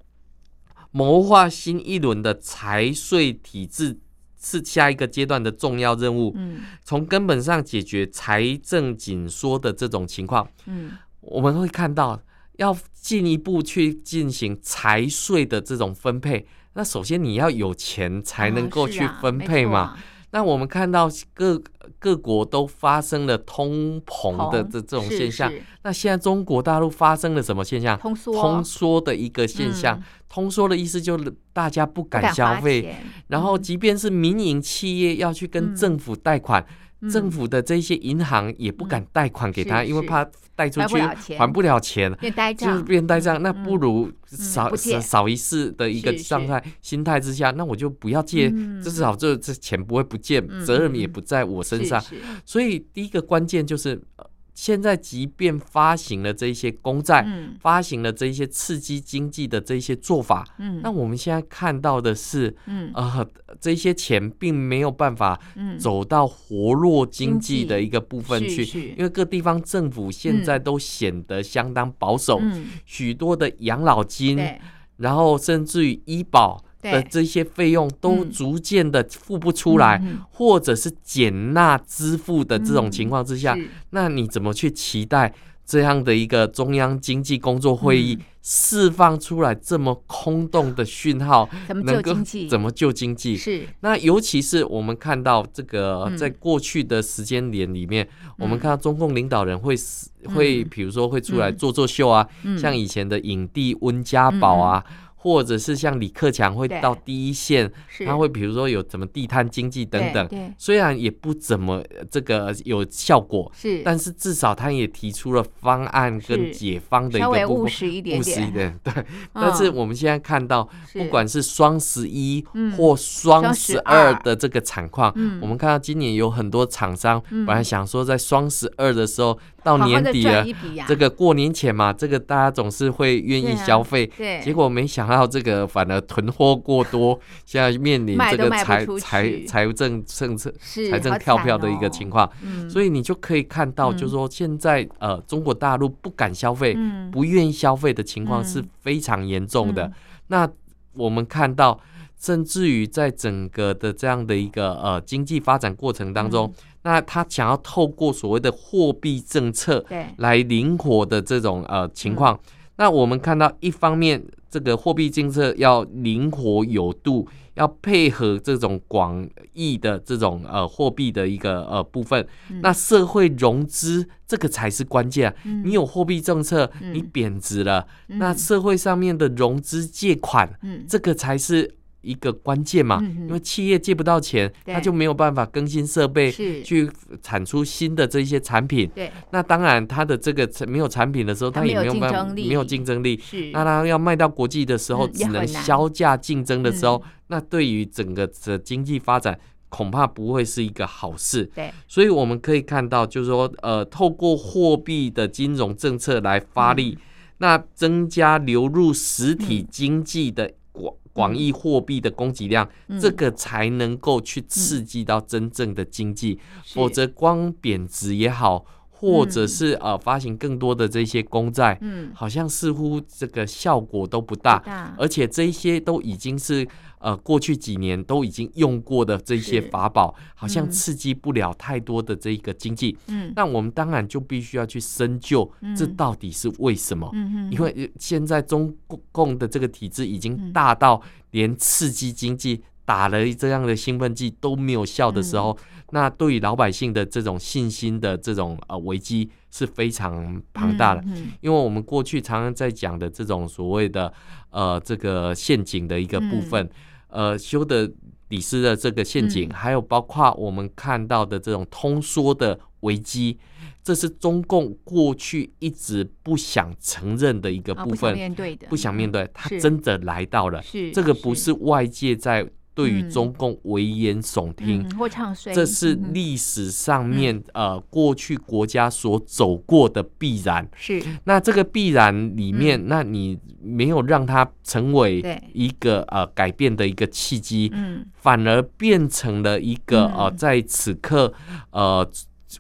[SPEAKER 2] 谋划新一轮的财税体制是下一个阶段的重要任务，
[SPEAKER 1] 嗯
[SPEAKER 2] 从根本上解决财政紧缩的这种情况。
[SPEAKER 1] 嗯
[SPEAKER 2] 我们会看到要进一步去进行财税的这种分配。那首先你要有钱才能够
[SPEAKER 1] 啊是
[SPEAKER 2] 去
[SPEAKER 1] 啊
[SPEAKER 2] 分
[SPEAKER 1] 没
[SPEAKER 2] 配
[SPEAKER 1] 错
[SPEAKER 2] 嘛。
[SPEAKER 1] 啊
[SPEAKER 2] 那我们看到各各国都发生了通膨的
[SPEAKER 1] 通
[SPEAKER 2] 这这种
[SPEAKER 1] 是
[SPEAKER 2] 现象
[SPEAKER 1] 是，
[SPEAKER 2] 那现在中国大陆发生了什么现象？
[SPEAKER 1] 通缩
[SPEAKER 2] 通缩的一个现象
[SPEAKER 1] 嗯。
[SPEAKER 2] 通缩的意思就是大家不
[SPEAKER 1] 不
[SPEAKER 2] 敢消
[SPEAKER 1] 花
[SPEAKER 2] 费，
[SPEAKER 1] 钱，
[SPEAKER 2] 然后即便是民营企业要去跟
[SPEAKER 1] 嗯
[SPEAKER 2] 政府贷款，
[SPEAKER 1] 嗯
[SPEAKER 2] 政府的这些银行也不敢贷款给他，
[SPEAKER 1] 是
[SPEAKER 2] 因为
[SPEAKER 1] 是
[SPEAKER 2] 怕贷出
[SPEAKER 1] 还不
[SPEAKER 2] 去
[SPEAKER 1] 了钱
[SPEAKER 2] 还不了钱。
[SPEAKER 1] 变呆
[SPEAKER 2] 就
[SPEAKER 1] 账
[SPEAKER 2] 是，变呆账，那不如少
[SPEAKER 1] 嗯不借
[SPEAKER 2] 少少一次的一个
[SPEAKER 1] 是是
[SPEAKER 2] 状态心态之下，那我就不要借
[SPEAKER 1] 嗯，
[SPEAKER 2] 至少这这钱不会不见
[SPEAKER 1] 嗯，
[SPEAKER 2] 责任也不在我身上。
[SPEAKER 1] 是是
[SPEAKER 2] 所以第一个关键就是，呃现在即便发行了这些公债，
[SPEAKER 1] 嗯
[SPEAKER 2] 发行了这些刺激经济的这些做法，
[SPEAKER 1] 嗯，
[SPEAKER 2] 那我们现在看到的是，
[SPEAKER 1] 嗯
[SPEAKER 2] 呃，这些钱并没有办法
[SPEAKER 1] 嗯
[SPEAKER 2] 走到活络经
[SPEAKER 1] 经
[SPEAKER 2] 济
[SPEAKER 1] 济
[SPEAKER 2] 的一个部分
[SPEAKER 1] 是
[SPEAKER 2] 去，
[SPEAKER 1] 是
[SPEAKER 2] 因为各地方政府现在
[SPEAKER 1] 嗯
[SPEAKER 2] 都显得相当保守，
[SPEAKER 1] 嗯
[SPEAKER 2] 许多的养老金，
[SPEAKER 1] 对
[SPEAKER 2] 然后甚至于医保的
[SPEAKER 1] 对
[SPEAKER 2] 这些费用都
[SPEAKER 1] 嗯
[SPEAKER 2] 逐渐的付不出来，
[SPEAKER 1] 嗯嗯
[SPEAKER 2] 或者是减纳支付的这种情况之下，
[SPEAKER 1] 嗯是
[SPEAKER 2] 那你怎么去期待这样的一个中央经济工作会
[SPEAKER 1] 嗯
[SPEAKER 2] 议释放出来这么空洞的讯号，
[SPEAKER 1] 怎么
[SPEAKER 2] 能
[SPEAKER 1] 救
[SPEAKER 2] 够
[SPEAKER 1] 经济？
[SPEAKER 2] 怎么救经济？
[SPEAKER 1] 是
[SPEAKER 2] 那尤其是我们看到这个
[SPEAKER 1] 嗯，
[SPEAKER 2] 在过去的时间点里面，我们看到中共领导人会死
[SPEAKER 1] 嗯
[SPEAKER 2] 会，比如说会出来
[SPEAKER 1] 嗯
[SPEAKER 2] 做做秀啊，
[SPEAKER 1] 嗯
[SPEAKER 2] 像以前的影帝温家宝啊，或者是像李克强会
[SPEAKER 1] 对
[SPEAKER 2] 到第一线，
[SPEAKER 1] 嗯是
[SPEAKER 2] 他会比如说有什么地摊经济等
[SPEAKER 1] 对
[SPEAKER 2] 等，
[SPEAKER 1] 对
[SPEAKER 2] 虽然也不怎么呃这个有效果，
[SPEAKER 1] 是，
[SPEAKER 2] 但是至少他也提出了方案
[SPEAKER 1] 是
[SPEAKER 2] 跟解方的一
[SPEAKER 1] 稍微
[SPEAKER 2] 个部
[SPEAKER 1] 务
[SPEAKER 2] 分。
[SPEAKER 1] 实一点嗯
[SPEAKER 2] 务实一
[SPEAKER 1] 点，
[SPEAKER 2] 点，对。但是我们现在看到，
[SPEAKER 1] 是
[SPEAKER 2] 不管是双十一
[SPEAKER 1] 嗯
[SPEAKER 2] 或双十二
[SPEAKER 1] 双十二
[SPEAKER 2] 的这个惨况，
[SPEAKER 1] 嗯
[SPEAKER 2] 我们看到今年有很多厂商
[SPEAKER 1] 嗯
[SPEAKER 2] 本来想说在双十二的时候到
[SPEAKER 1] 好好
[SPEAKER 2] 年
[SPEAKER 1] 地
[SPEAKER 2] 底
[SPEAKER 1] 赚
[SPEAKER 2] 了
[SPEAKER 1] 一，笔呀啊
[SPEAKER 2] 这个过年前嘛，这个大家总是会愿
[SPEAKER 1] 对
[SPEAKER 2] 意
[SPEAKER 1] 啊
[SPEAKER 2] 消费，
[SPEAKER 1] 对
[SPEAKER 2] 结果没想到这个 反而囤货过多，现在面临
[SPEAKER 1] 卖
[SPEAKER 2] 这
[SPEAKER 1] 都
[SPEAKER 2] 个
[SPEAKER 1] 卖不
[SPEAKER 2] 财
[SPEAKER 1] 出
[SPEAKER 2] 财
[SPEAKER 1] 去
[SPEAKER 2] 财政政策
[SPEAKER 1] 是
[SPEAKER 2] 财政
[SPEAKER 1] 好
[SPEAKER 2] 跳
[SPEAKER 1] 惨
[SPEAKER 2] 票的一个
[SPEAKER 1] 哦
[SPEAKER 2] 情况，
[SPEAKER 1] 嗯
[SPEAKER 2] 所以你就可以看到，就是说现在呃中国大陆不敢消费、
[SPEAKER 1] 嗯
[SPEAKER 2] 不愿意消费的情况是
[SPEAKER 1] 嗯
[SPEAKER 2] 非常严重的。
[SPEAKER 1] 嗯
[SPEAKER 2] 那我们看到，甚至于在整个的这样的一个呃经济发展过程当中，
[SPEAKER 1] 嗯
[SPEAKER 2] 那他想要透过所谓的货币政策
[SPEAKER 1] 对
[SPEAKER 2] 来灵活的这种呃
[SPEAKER 1] 嗯
[SPEAKER 2] 情况。那我们看到，一方面这个货币政策要灵活有度，要配合这种广义的这种呃货币的一个呃部分。
[SPEAKER 1] 嗯
[SPEAKER 2] 那社会融资这个才是关键啊、
[SPEAKER 1] 嗯
[SPEAKER 2] 你有货币政策，
[SPEAKER 1] 嗯
[SPEAKER 2] 你贬值了，
[SPEAKER 1] 嗯
[SPEAKER 2] 那社会上面的融资借款，
[SPEAKER 1] 嗯
[SPEAKER 2] 这个才是一个关键嘛。
[SPEAKER 1] 嗯嗯
[SPEAKER 2] 因为企业借不到钱，
[SPEAKER 1] 对
[SPEAKER 2] 它就没有办法更新设备，
[SPEAKER 1] 是
[SPEAKER 2] 去产出新的这些产品。
[SPEAKER 1] 对
[SPEAKER 2] 那当然，它的这个没有产品的时候，
[SPEAKER 1] 它
[SPEAKER 2] 它也
[SPEAKER 1] 没有
[SPEAKER 2] 没有办
[SPEAKER 1] 竞
[SPEAKER 2] 法
[SPEAKER 1] 争力
[SPEAKER 2] 没有竞争力。
[SPEAKER 1] 是
[SPEAKER 2] 那它要卖到国际的时候，
[SPEAKER 1] 嗯也
[SPEAKER 2] 只能
[SPEAKER 1] 很难嗯
[SPEAKER 2] 销价竞争的时候，那对于整个的经济发展，恐怕不会是一个好事。
[SPEAKER 1] 对
[SPEAKER 2] 所以我们可以看到，就是说，呃，透过货币的金融政策来发力，
[SPEAKER 1] 嗯
[SPEAKER 2] 那增加流入实体经济的广广义货币的供给量，
[SPEAKER 1] 嗯
[SPEAKER 2] 这个才能够去刺激到真正的经济。
[SPEAKER 1] 是
[SPEAKER 2] 否则，光贬值也好，或者是呃发行更多的这些公债，
[SPEAKER 1] 嗯，
[SPEAKER 2] 好像似乎这个效果都不大，
[SPEAKER 1] 大
[SPEAKER 2] 而且这一些都已经是呃过去几年都已经用过的这些
[SPEAKER 1] 是
[SPEAKER 2] 法宝，好像
[SPEAKER 1] 嗯
[SPEAKER 2] 刺激不了太多的这一个经济。
[SPEAKER 1] 嗯
[SPEAKER 2] 那我们当然就必须要去深究
[SPEAKER 1] 嗯
[SPEAKER 2] 这到底是为什么。
[SPEAKER 1] 嗯
[SPEAKER 2] 因为呃现在中共的这个体制已
[SPEAKER 1] 嗯
[SPEAKER 2] 经大到连刺激经济、打了这样的兴奋剂都没有效的时候，
[SPEAKER 1] 嗯
[SPEAKER 2] 那对于老百姓的这种信心的这种呃危机是非常庞大的。
[SPEAKER 1] 嗯
[SPEAKER 2] 因为我们过去常常在讲的这种所谓的呃这个陷阱的一个部分，呃修的李斯的这个陷阱，
[SPEAKER 1] 嗯
[SPEAKER 2] 还有包括我们看到的这种通缩的危机，这是中共过去一直不想承认的一个
[SPEAKER 1] 啊
[SPEAKER 2] 部
[SPEAKER 1] 不想
[SPEAKER 2] 分，
[SPEAKER 1] 面对的，
[SPEAKER 2] 不想面对，它
[SPEAKER 1] 是
[SPEAKER 2] 真的来到了。
[SPEAKER 1] 是
[SPEAKER 2] 这个不是外界在对于
[SPEAKER 1] 嗯
[SPEAKER 2] 中共危言耸听，
[SPEAKER 1] 嗯或唱衰，
[SPEAKER 2] 这是
[SPEAKER 1] 嗯哼
[SPEAKER 2] 历史上面、呃过去国家所走过的必然。
[SPEAKER 1] 是
[SPEAKER 2] 那这个必然里面，那你没有让它成为
[SPEAKER 1] 嗯对
[SPEAKER 2] 一个呃改变的一个契机，
[SPEAKER 1] 嗯
[SPEAKER 2] 反而变成了一个
[SPEAKER 1] 嗯
[SPEAKER 2] 呃在此刻呃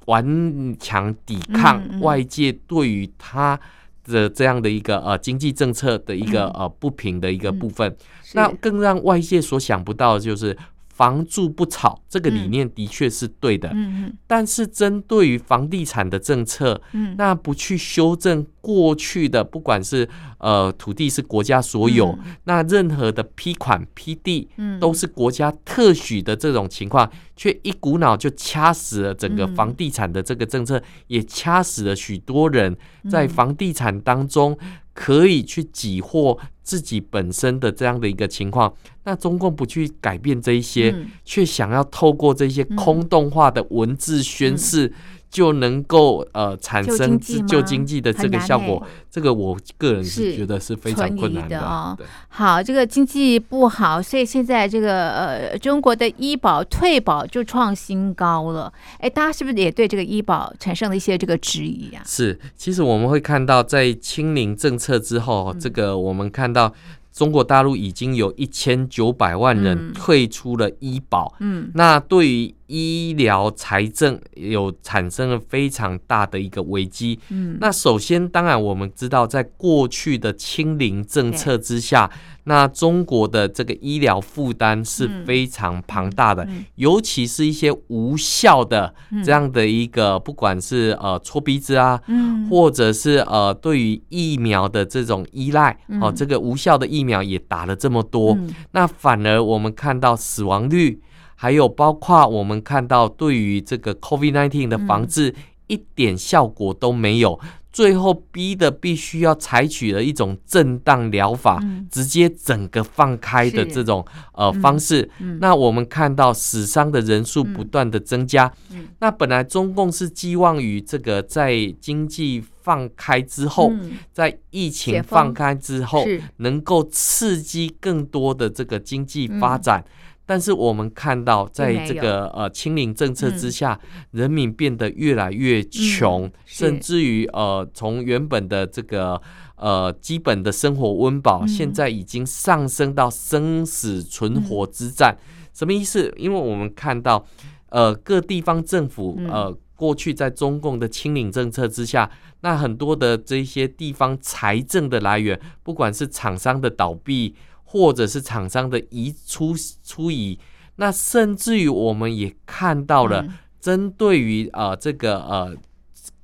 [SPEAKER 2] 顽强抵抗
[SPEAKER 1] 嗯嗯
[SPEAKER 2] 外界对于它的这样的一个呃经济政策的一个
[SPEAKER 1] 嗯
[SPEAKER 2] 呃不平的一个部分。
[SPEAKER 1] 是
[SPEAKER 2] 那更让外界所想不到的就是。房住不炒这个理
[SPEAKER 1] 嗯
[SPEAKER 2] 念的确是对的，
[SPEAKER 1] 嗯
[SPEAKER 2] 但是针对于房地产的政策，
[SPEAKER 1] 嗯
[SPEAKER 2] 那不去修正过去的，不管是呃土地是国家所有，那任何的批款批地
[SPEAKER 1] 嗯
[SPEAKER 2] 都是国家特许的这种情况，却一股脑就掐死了整个
[SPEAKER 1] 嗯
[SPEAKER 2] 房地产的这个政策，也掐死了许多人在
[SPEAKER 1] 嗯
[SPEAKER 2] 房地产当中可以去挤获自己本身的这样的一个情况。那中共不去改变这一些，
[SPEAKER 1] 嗯
[SPEAKER 2] 却想要透过这些空洞化的文字宣示，就能够呃产
[SPEAKER 1] 救
[SPEAKER 2] 生
[SPEAKER 1] 嗯经济
[SPEAKER 2] 自
[SPEAKER 1] 吗
[SPEAKER 2] 救经济的这
[SPEAKER 1] 很
[SPEAKER 2] 个
[SPEAKER 1] 难
[SPEAKER 2] 效
[SPEAKER 1] 欸
[SPEAKER 2] 果，这个我个人
[SPEAKER 1] 是
[SPEAKER 2] 是觉得是非常
[SPEAKER 1] 存
[SPEAKER 2] 困
[SPEAKER 1] 疑
[SPEAKER 2] 难
[SPEAKER 1] 的哦
[SPEAKER 2] 对
[SPEAKER 1] 好，这个经济不好，所以现在这个呃，中国的医保、退保就创新高了。哎，大家是不是也对这个医保产生了一些这个质疑啊？
[SPEAKER 2] 是，其实我们会看到，在清零政策之后，
[SPEAKER 1] 嗯
[SPEAKER 2] 这个我们看到中国大陆已经有一千九百万
[SPEAKER 1] 嗯
[SPEAKER 2] 人退出了医保，
[SPEAKER 1] 嗯
[SPEAKER 2] 那对于医疗财政有产生了非常大的一个危机。
[SPEAKER 1] 嗯，
[SPEAKER 2] 那首先，当然我们知道，在过去的清零政策之下，那中国的这个医疗负担是
[SPEAKER 1] 嗯
[SPEAKER 2] 非常庞大的，
[SPEAKER 1] 嗯
[SPEAKER 2] 尤其是一些无效的
[SPEAKER 1] 嗯
[SPEAKER 2] 这样的一个，不管是呃搓鼻子啊，
[SPEAKER 1] 嗯
[SPEAKER 2] 或者是呃对于疫苗的这种依赖，
[SPEAKER 1] 嗯
[SPEAKER 2] 哦，这个无效的疫苗也打了这么多，
[SPEAKER 1] 嗯
[SPEAKER 2] 那反而我们看到死亡率，还有包括我们看到对于这个 COVID-19
[SPEAKER 1] 嗯
[SPEAKER 2] 的防治、一点效果都没有，最后逼的必须要采取了一种震荡疗法。
[SPEAKER 1] 嗯
[SPEAKER 2] 直接整个放开的
[SPEAKER 1] 是
[SPEAKER 2] 这种呃
[SPEAKER 1] 嗯
[SPEAKER 2] 方式，
[SPEAKER 1] 嗯
[SPEAKER 2] 那我们看到死伤的人数不
[SPEAKER 1] 嗯
[SPEAKER 2] 断的增加，
[SPEAKER 1] 嗯
[SPEAKER 2] 那本来中共是寄望于这个在经济放开之后，
[SPEAKER 1] 嗯
[SPEAKER 2] 在疫
[SPEAKER 1] 解封
[SPEAKER 2] 情放开之后，
[SPEAKER 1] 是
[SPEAKER 2] 能够刺激更多的这个经济发展。但是我们看到，在这
[SPEAKER 1] 并没有嗯
[SPEAKER 2] 个呃清零政策之下，人民变得越来越穷，
[SPEAKER 1] 是
[SPEAKER 2] 甚至于呃从原本的这个呃基本的生活温饱，
[SPEAKER 1] 嗯
[SPEAKER 2] 现在已经上升到生死存活之战。
[SPEAKER 1] 嗯
[SPEAKER 2] 什么意思？因为我们看到，呃，各地方政府
[SPEAKER 1] 嗯
[SPEAKER 2] 呃过去在中共的清零政策之下，那很多的这些地方财政的来源，不管是厂商的倒闭，或者是厂商的移出出移，那甚至于我们也看到了
[SPEAKER 1] 嗯
[SPEAKER 2] 针对于呃这个呃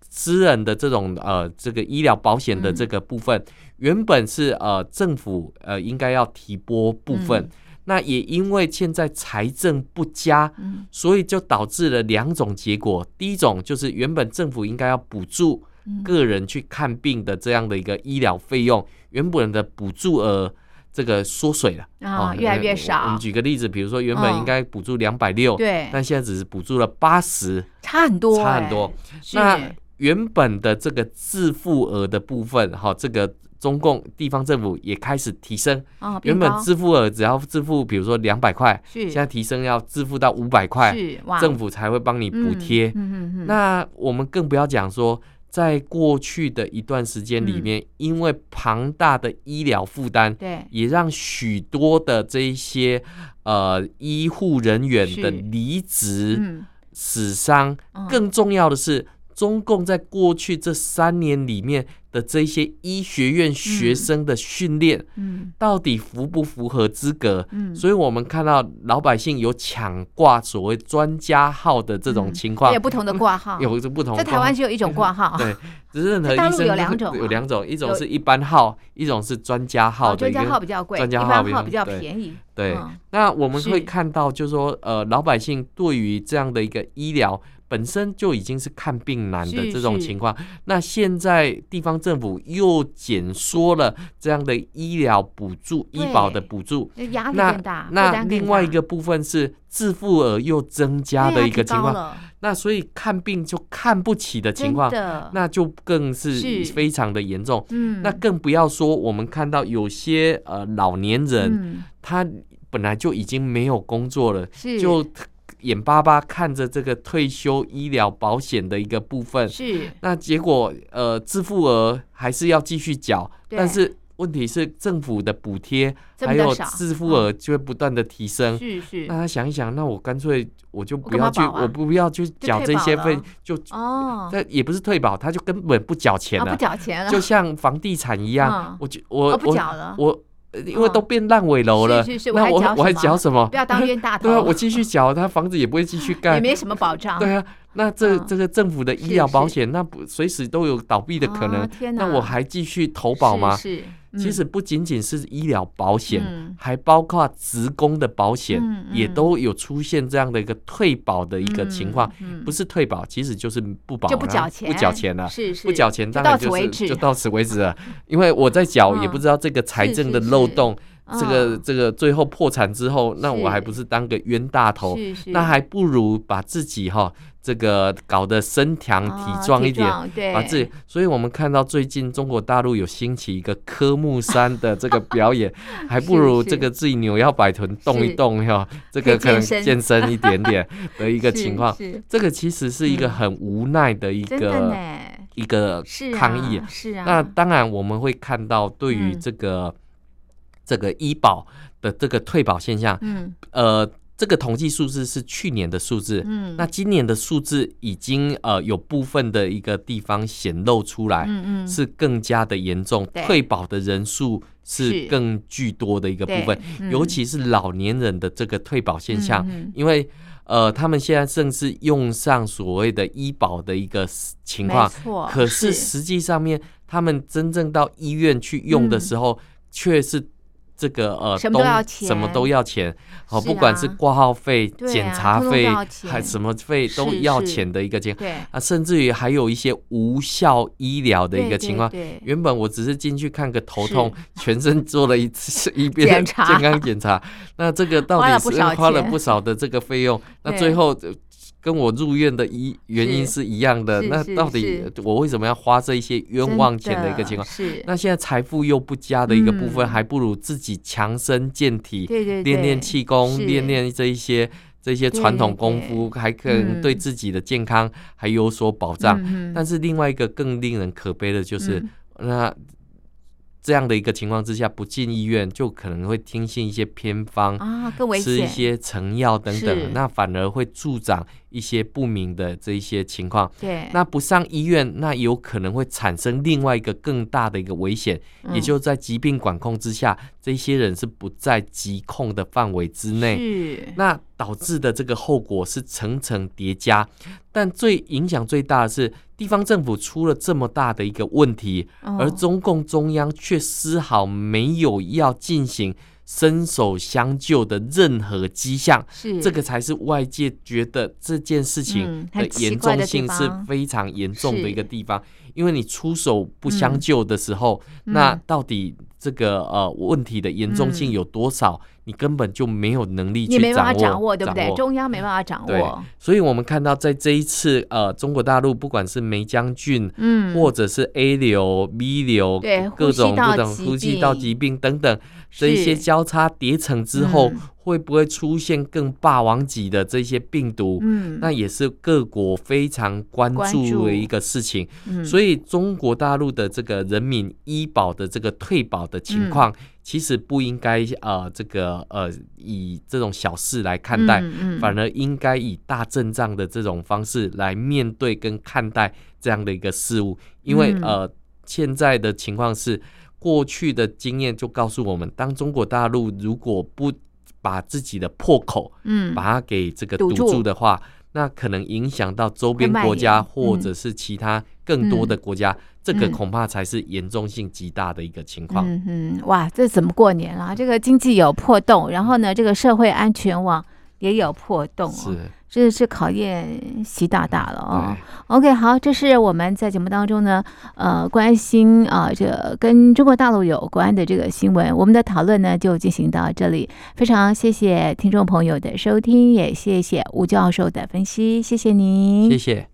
[SPEAKER 2] 私人的这种呃这个医疗保险的
[SPEAKER 1] 嗯
[SPEAKER 2] 这个部分，原本是呃政府呃应该要提拨部分，
[SPEAKER 1] 嗯
[SPEAKER 2] 那也因为现在财政不佳，
[SPEAKER 1] 嗯
[SPEAKER 2] 所以就导致了两种结果。第一种就是原本政府应该要补助
[SPEAKER 1] 嗯
[SPEAKER 2] 个人去看病的这样的一个医疗费用，原本的补助额这个缩水了
[SPEAKER 1] 啊越来
[SPEAKER 2] 呃
[SPEAKER 1] 越
[SPEAKER 2] 我
[SPEAKER 1] 少
[SPEAKER 2] 我们举个例子，比如说原本
[SPEAKER 1] 嗯
[SPEAKER 2] 应该补助两百六，
[SPEAKER 1] 对，
[SPEAKER 2] 但现在只是补助了八十，
[SPEAKER 1] 差很多，哎
[SPEAKER 2] 差很多。。
[SPEAKER 1] 是
[SPEAKER 2] 那原本的这个自付额的部分，哈，这个中共地方政府也开始提升，
[SPEAKER 1] 啊，
[SPEAKER 2] 原
[SPEAKER 1] 变
[SPEAKER 2] 本
[SPEAKER 1] 高
[SPEAKER 2] 自付额只要自付，比如说两百块，
[SPEAKER 1] 是
[SPEAKER 2] 现在提升要自付到五百块，
[SPEAKER 1] 是哇，
[SPEAKER 2] 政
[SPEAKER 1] 府
[SPEAKER 2] 府才会帮你补贴。
[SPEAKER 1] 嗯嗯嗯，
[SPEAKER 2] 那我们更不要讲说，在过去的一段时间里
[SPEAKER 1] 嗯
[SPEAKER 2] 面，因为庞大的医疗负担，
[SPEAKER 1] 对，
[SPEAKER 2] 也让许多的这一些呃医护人员
[SPEAKER 1] 是
[SPEAKER 2] 的离职、
[SPEAKER 1] 嗯，
[SPEAKER 2] 死伤，
[SPEAKER 1] 嗯
[SPEAKER 2] 更重要的是，中共在过去这三年里面的这些医学院学生的训练，
[SPEAKER 1] 嗯
[SPEAKER 2] 到底符不符合资格？
[SPEAKER 1] 嗯，
[SPEAKER 2] 所以我们看到老百姓有抢挂所谓专家号的这种
[SPEAKER 1] 嗯
[SPEAKER 2] 情况，
[SPEAKER 1] 也有不同的挂号，
[SPEAKER 2] 有着不同。
[SPEAKER 1] 在台湾，只有一种挂号，
[SPEAKER 2] 对，只是任何
[SPEAKER 1] 在大
[SPEAKER 2] 医
[SPEAKER 1] 陆
[SPEAKER 2] 生
[SPEAKER 1] 有
[SPEAKER 2] 都
[SPEAKER 1] 两
[SPEAKER 2] 是
[SPEAKER 1] 种
[SPEAKER 2] 有
[SPEAKER 1] 啊
[SPEAKER 2] 两种，一种
[SPEAKER 1] 有
[SPEAKER 2] 是一般号，一种是专家号
[SPEAKER 1] 哦
[SPEAKER 2] 的
[SPEAKER 1] 专
[SPEAKER 2] 一
[SPEAKER 1] 家
[SPEAKER 2] 个
[SPEAKER 1] 号比较贵，
[SPEAKER 2] 专家
[SPEAKER 1] 一
[SPEAKER 2] 号
[SPEAKER 1] 般
[SPEAKER 2] 比
[SPEAKER 1] 号
[SPEAKER 2] 较
[SPEAKER 1] 比较
[SPEAKER 2] 对
[SPEAKER 1] 便宜。
[SPEAKER 2] 对
[SPEAKER 1] 嗯
[SPEAKER 2] 那我们会
[SPEAKER 1] 是
[SPEAKER 2] 看到，就是说，呃，老百姓对于这样的一个医疗本身就已经是看病难的
[SPEAKER 1] 是
[SPEAKER 2] 这种
[SPEAKER 1] 是
[SPEAKER 2] 情况，那现在地方政府又减缩了这样的医疗补助、医保的
[SPEAKER 1] 对
[SPEAKER 2] 补助。
[SPEAKER 1] 那压力
[SPEAKER 2] 那
[SPEAKER 1] 更大，啊负
[SPEAKER 2] 那
[SPEAKER 1] 担更
[SPEAKER 2] 另外一
[SPEAKER 1] 大
[SPEAKER 2] 个部分是自付额又增加
[SPEAKER 1] 对啊
[SPEAKER 2] 的一个
[SPEAKER 1] 提
[SPEAKER 2] 情
[SPEAKER 1] 高
[SPEAKER 2] 况，
[SPEAKER 1] 了
[SPEAKER 2] 那所以看病就看不起的情
[SPEAKER 1] 真
[SPEAKER 2] 况，
[SPEAKER 1] 的，
[SPEAKER 2] 那就更是
[SPEAKER 1] 是
[SPEAKER 2] 非常的严重。
[SPEAKER 1] 嗯，
[SPEAKER 2] 那更不要说我们看到有些呃老年人，
[SPEAKER 1] 嗯
[SPEAKER 2] 他本来就已经没有工作了，
[SPEAKER 1] 是
[SPEAKER 2] 就眼巴巴看着这个退休医疗保险的一个部分，
[SPEAKER 1] 是
[SPEAKER 2] 那结果呃自付额还是要继续缴，
[SPEAKER 1] 对
[SPEAKER 2] 但是问题是政府的补贴
[SPEAKER 1] 这
[SPEAKER 2] 还
[SPEAKER 1] 么的
[SPEAKER 2] 有
[SPEAKER 1] 少嗯
[SPEAKER 2] 自付额就会不断的提升。
[SPEAKER 1] 是是
[SPEAKER 2] 那他想一想，那我干脆我就
[SPEAKER 1] 我
[SPEAKER 2] 不
[SPEAKER 1] 干
[SPEAKER 2] 要
[SPEAKER 1] 嘛
[SPEAKER 2] 去，
[SPEAKER 1] 保啊
[SPEAKER 2] 我不要去缴
[SPEAKER 1] 退
[SPEAKER 2] 这
[SPEAKER 1] 保
[SPEAKER 2] 些
[SPEAKER 1] 了
[SPEAKER 2] 费，就
[SPEAKER 1] 哦，
[SPEAKER 2] 他也不是退保，他就根本不缴钱
[SPEAKER 1] 啊
[SPEAKER 2] 了、
[SPEAKER 1] 不缴钱了，
[SPEAKER 2] 就像房地产一样，
[SPEAKER 1] 嗯
[SPEAKER 2] 我就我、
[SPEAKER 1] 哦不缴了
[SPEAKER 2] 我我呃因为
[SPEAKER 1] 嗯
[SPEAKER 2] 都变烂尾楼了，
[SPEAKER 1] 是是是我
[SPEAKER 2] 那
[SPEAKER 1] 还
[SPEAKER 2] 我
[SPEAKER 1] 缴
[SPEAKER 2] 我还
[SPEAKER 1] 什么
[SPEAKER 2] 缴什么
[SPEAKER 1] 不？要当冤大头，
[SPEAKER 2] 对啊，我继续缴，他房子也不会继续
[SPEAKER 1] 也
[SPEAKER 2] 盖。
[SPEAKER 1] 没什么保障，
[SPEAKER 2] 对啊，那这、
[SPEAKER 1] 嗯
[SPEAKER 2] 这个政府的医
[SPEAKER 1] 是
[SPEAKER 2] 疗保
[SPEAKER 1] 是
[SPEAKER 2] 险，那不随时都有倒闭的可能，
[SPEAKER 1] 啊天
[SPEAKER 2] 那
[SPEAKER 1] 哪
[SPEAKER 2] 我还继续投保吗？
[SPEAKER 1] 是，是
[SPEAKER 2] 其实不仅仅是医疗保险，
[SPEAKER 1] 嗯
[SPEAKER 2] 还包括职工的保险，
[SPEAKER 1] 嗯
[SPEAKER 2] 也
[SPEAKER 1] 嗯
[SPEAKER 2] 都有出现这样的一个退保的一个情况。，
[SPEAKER 1] 嗯嗯
[SPEAKER 2] 不是退保，其实就是不保啦，
[SPEAKER 1] 就不缴钱，
[SPEAKER 2] 不缴钱了。
[SPEAKER 1] 是是
[SPEAKER 2] 不缴钱，
[SPEAKER 1] 就
[SPEAKER 2] 当
[SPEAKER 1] 到
[SPEAKER 2] 然
[SPEAKER 1] 此
[SPEAKER 2] 就
[SPEAKER 1] 为
[SPEAKER 2] 是
[SPEAKER 1] 止嗯
[SPEAKER 2] 就到此为 止了。因为我在缴，也不知道这个财政的漏洞，
[SPEAKER 1] 是是
[SPEAKER 2] 这个
[SPEAKER 1] 嗯
[SPEAKER 2] 这个最后破产之后，那我还
[SPEAKER 1] 是
[SPEAKER 2] 不是当个冤大头？
[SPEAKER 1] 是是，
[SPEAKER 2] 那还不如把自己哈这个搞得身强
[SPEAKER 1] 啊
[SPEAKER 2] 体壮一点，
[SPEAKER 1] 壮对，
[SPEAKER 2] 把自己。所以我们看到最近中国大陆有兴起一个科目三的这个 表演，还不如
[SPEAKER 1] 是
[SPEAKER 2] 这个自己扭腰摆臀动一
[SPEAKER 1] 是
[SPEAKER 2] 动哈，这
[SPEAKER 1] 可以
[SPEAKER 2] 个可能
[SPEAKER 1] 健身
[SPEAKER 2] 健身一点点的一
[SPEAKER 1] 一
[SPEAKER 2] 个情况。
[SPEAKER 1] 是
[SPEAKER 2] 这个其实是一个
[SPEAKER 1] 嗯
[SPEAKER 2] 很无奈的一
[SPEAKER 1] 真的
[SPEAKER 2] 个
[SPEAKER 1] 呢，
[SPEAKER 2] 一个
[SPEAKER 1] 是啊
[SPEAKER 2] 抗议。
[SPEAKER 1] 是啊，
[SPEAKER 2] 那当然，我们会看到对于
[SPEAKER 1] 嗯
[SPEAKER 2] 这个这个医保的这个退保现象，
[SPEAKER 1] 嗯
[SPEAKER 2] 呃，这个统计数字是去年的数字，
[SPEAKER 1] 嗯，
[SPEAKER 2] 那今年的数字已经呃有部分的一个地方显露出来，
[SPEAKER 1] 嗯嗯
[SPEAKER 2] 哎是更加的严重，
[SPEAKER 1] 对
[SPEAKER 2] 退保的人数
[SPEAKER 1] 是
[SPEAKER 2] 是更巨多的一个部分，
[SPEAKER 1] 对
[SPEAKER 2] 尤
[SPEAKER 1] 嗯
[SPEAKER 2] 其是老年人的这个退保现象，
[SPEAKER 1] 嗯嗯
[SPEAKER 2] 因为呃，他们现在正是用上所谓的医保的一个 s- 情
[SPEAKER 1] 没
[SPEAKER 2] 况，
[SPEAKER 1] 错，
[SPEAKER 2] 可是
[SPEAKER 1] 是
[SPEAKER 2] 实际上面他们真正到医院去用的时候，却是这个呃，
[SPEAKER 1] 什么都要钱
[SPEAKER 2] 什么都要钱，哦，
[SPEAKER 1] 是
[SPEAKER 2] 不管是
[SPEAKER 1] 啊
[SPEAKER 2] 挂号费、
[SPEAKER 1] 对啊
[SPEAKER 2] 检查
[SPEAKER 1] 通通都
[SPEAKER 2] 费
[SPEAKER 1] 要钱
[SPEAKER 2] 还什么费都
[SPEAKER 1] 是
[SPEAKER 2] 要
[SPEAKER 1] 是
[SPEAKER 2] 钱的一个情
[SPEAKER 1] 嗯
[SPEAKER 2] 况
[SPEAKER 1] 对
[SPEAKER 2] 啊，甚至于还有一些无效医疗的一个情况，
[SPEAKER 1] 对对
[SPEAKER 2] 原本我只是进去看个头
[SPEAKER 1] 是
[SPEAKER 2] 痛，全身做了一次一遍
[SPEAKER 1] 检查
[SPEAKER 2] 健康检查，那这个到
[SPEAKER 1] 花了
[SPEAKER 2] 底
[SPEAKER 1] 不
[SPEAKER 2] 是
[SPEAKER 1] 少
[SPEAKER 2] 花了
[SPEAKER 1] 钱
[SPEAKER 2] 不少的这个 费用，那
[SPEAKER 1] 对
[SPEAKER 2] 最后呃跟我入院的一原因
[SPEAKER 1] 是
[SPEAKER 2] 是一样的，
[SPEAKER 1] 是
[SPEAKER 2] 那
[SPEAKER 1] 是
[SPEAKER 2] 到底
[SPEAKER 1] 是
[SPEAKER 2] 我为什么要花这一些冤
[SPEAKER 1] 真
[SPEAKER 2] 枉钱的一个情况？
[SPEAKER 1] 是，
[SPEAKER 2] 那现在财富又不佳的一个部分，
[SPEAKER 1] 嗯
[SPEAKER 2] 还不如自己强身健体，
[SPEAKER 1] 对对对，
[SPEAKER 2] 练练气功，
[SPEAKER 1] 是
[SPEAKER 2] 练练这一些。这些
[SPEAKER 1] 对
[SPEAKER 2] 传统
[SPEAKER 1] 对
[SPEAKER 2] 功夫还可能
[SPEAKER 1] 嗯
[SPEAKER 2] 对自己的健康还有所保障，
[SPEAKER 1] 嗯嗯
[SPEAKER 2] 但是另外一个更令人可悲的就是，
[SPEAKER 1] 嗯
[SPEAKER 2] 那这样的一个情况之下，不进医院就可能会听信一些偏方，
[SPEAKER 1] 啊更危
[SPEAKER 2] 吃一
[SPEAKER 1] 险，
[SPEAKER 2] 些成药等
[SPEAKER 1] 是
[SPEAKER 2] 等，那反而会助长一些不明的这一些情况。
[SPEAKER 1] 对，
[SPEAKER 2] 那不上医院，那有可能会产生另外一个更大的一个危险，
[SPEAKER 1] 嗯
[SPEAKER 2] 也就在疾病管控之下，这些人是不在疾控的范围之内。
[SPEAKER 1] 是
[SPEAKER 2] 那导致的这个后果是层层叠加，但最影响最大的是地方政府出了这么大的一个问题，而
[SPEAKER 1] 哦
[SPEAKER 2] 中共中央却丝毫没有要进行伸手相救的任何迹象。
[SPEAKER 1] 是
[SPEAKER 2] 这个才是外界觉得这件事情
[SPEAKER 1] 嗯
[SPEAKER 2] 的
[SPEAKER 1] 很奇
[SPEAKER 2] 严
[SPEAKER 1] 怪
[SPEAKER 2] 重
[SPEAKER 1] 的
[SPEAKER 2] 性
[SPEAKER 1] 地
[SPEAKER 2] 是
[SPEAKER 1] 方
[SPEAKER 2] 非常严重的一个
[SPEAKER 1] 是
[SPEAKER 2] 地方，因为你出手不相
[SPEAKER 1] 嗯
[SPEAKER 2] 救的时候，那
[SPEAKER 1] 嗯
[SPEAKER 2] 到底这个呃问题的严重性
[SPEAKER 1] 嗯
[SPEAKER 2] 有多少，你根本就没有能力去
[SPEAKER 1] 你没办法掌握，
[SPEAKER 2] 握，嗯
[SPEAKER 1] 对不对？中央没办法掌
[SPEAKER 2] 对
[SPEAKER 1] 握，
[SPEAKER 2] 所以我们看到在这一次呃中国大陆不管是梅将军。
[SPEAKER 1] 嗯，
[SPEAKER 2] 或者是 A 流、B 流
[SPEAKER 1] 对，
[SPEAKER 2] 各
[SPEAKER 1] 呼
[SPEAKER 2] 种
[SPEAKER 1] 吸道
[SPEAKER 2] 不同
[SPEAKER 1] 疾
[SPEAKER 2] 呼吸道
[SPEAKER 1] 病
[SPEAKER 2] 疾病等等，这一些
[SPEAKER 1] 是
[SPEAKER 2] 交叉叠层之后
[SPEAKER 1] 嗯，
[SPEAKER 2] 会不会出现更霸王级的这些病毒？
[SPEAKER 1] 嗯，
[SPEAKER 2] 那也是各国非常关
[SPEAKER 1] 关
[SPEAKER 2] 注
[SPEAKER 1] 注
[SPEAKER 2] 的一个事情。
[SPEAKER 1] 嗯嗯
[SPEAKER 2] 所以中国大陆的这个人民医保的这个退保的情况，其实不应该呃这个呃以这种小事来看待，
[SPEAKER 1] 嗯
[SPEAKER 2] 反而应该以大阵仗的这种方式来面对跟看待这样的一个事物，因为、
[SPEAKER 1] 嗯
[SPEAKER 2] 呃，现在的情况是，过去的经验就告诉我们，当中国大陆如果不把自己的破口
[SPEAKER 1] 嗯
[SPEAKER 2] 把它给这个
[SPEAKER 1] 堵
[SPEAKER 2] 堵
[SPEAKER 1] 住
[SPEAKER 2] 住的话，那可能影响到周边
[SPEAKER 1] 会蔓
[SPEAKER 2] 国家
[SPEAKER 1] 延
[SPEAKER 2] 或
[SPEAKER 1] 嗯
[SPEAKER 2] 者是其他更多的国家，这个
[SPEAKER 1] 嗯
[SPEAKER 2] 恐怕才是严重性极大的一个情况。
[SPEAKER 1] 嗯嗯，哇，这怎么过年啊？这个经济有破洞，然后呢，这个社会安全网也有破洞哦，
[SPEAKER 2] 是，
[SPEAKER 1] 这是考验习大大了哦
[SPEAKER 2] 对。，
[SPEAKER 1] OK，好，这是我们在节目当中呢，呃，关心啊、这跟中国大陆有关的这个新闻，我们的讨论呢就进行到这里。非常谢谢听众朋友的收听，也谢谢吴教授的分析，谢谢您，
[SPEAKER 2] 谢谢。